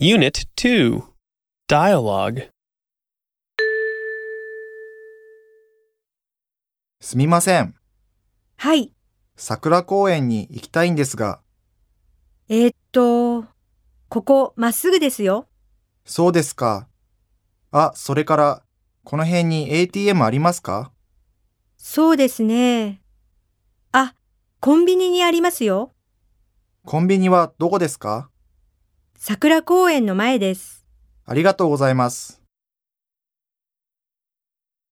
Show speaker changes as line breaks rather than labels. Unit 2 Dialogue
すみません。
はい。
桜公園に行きたいんですが、
えーっと、ここまっすぐですよ。
そうですか。あ、それから、この辺に ATM ありますか
そうですね。あ、コンビニにありますよ。
コンビニはどこですか
桜公園の前です。
ありがとうございます。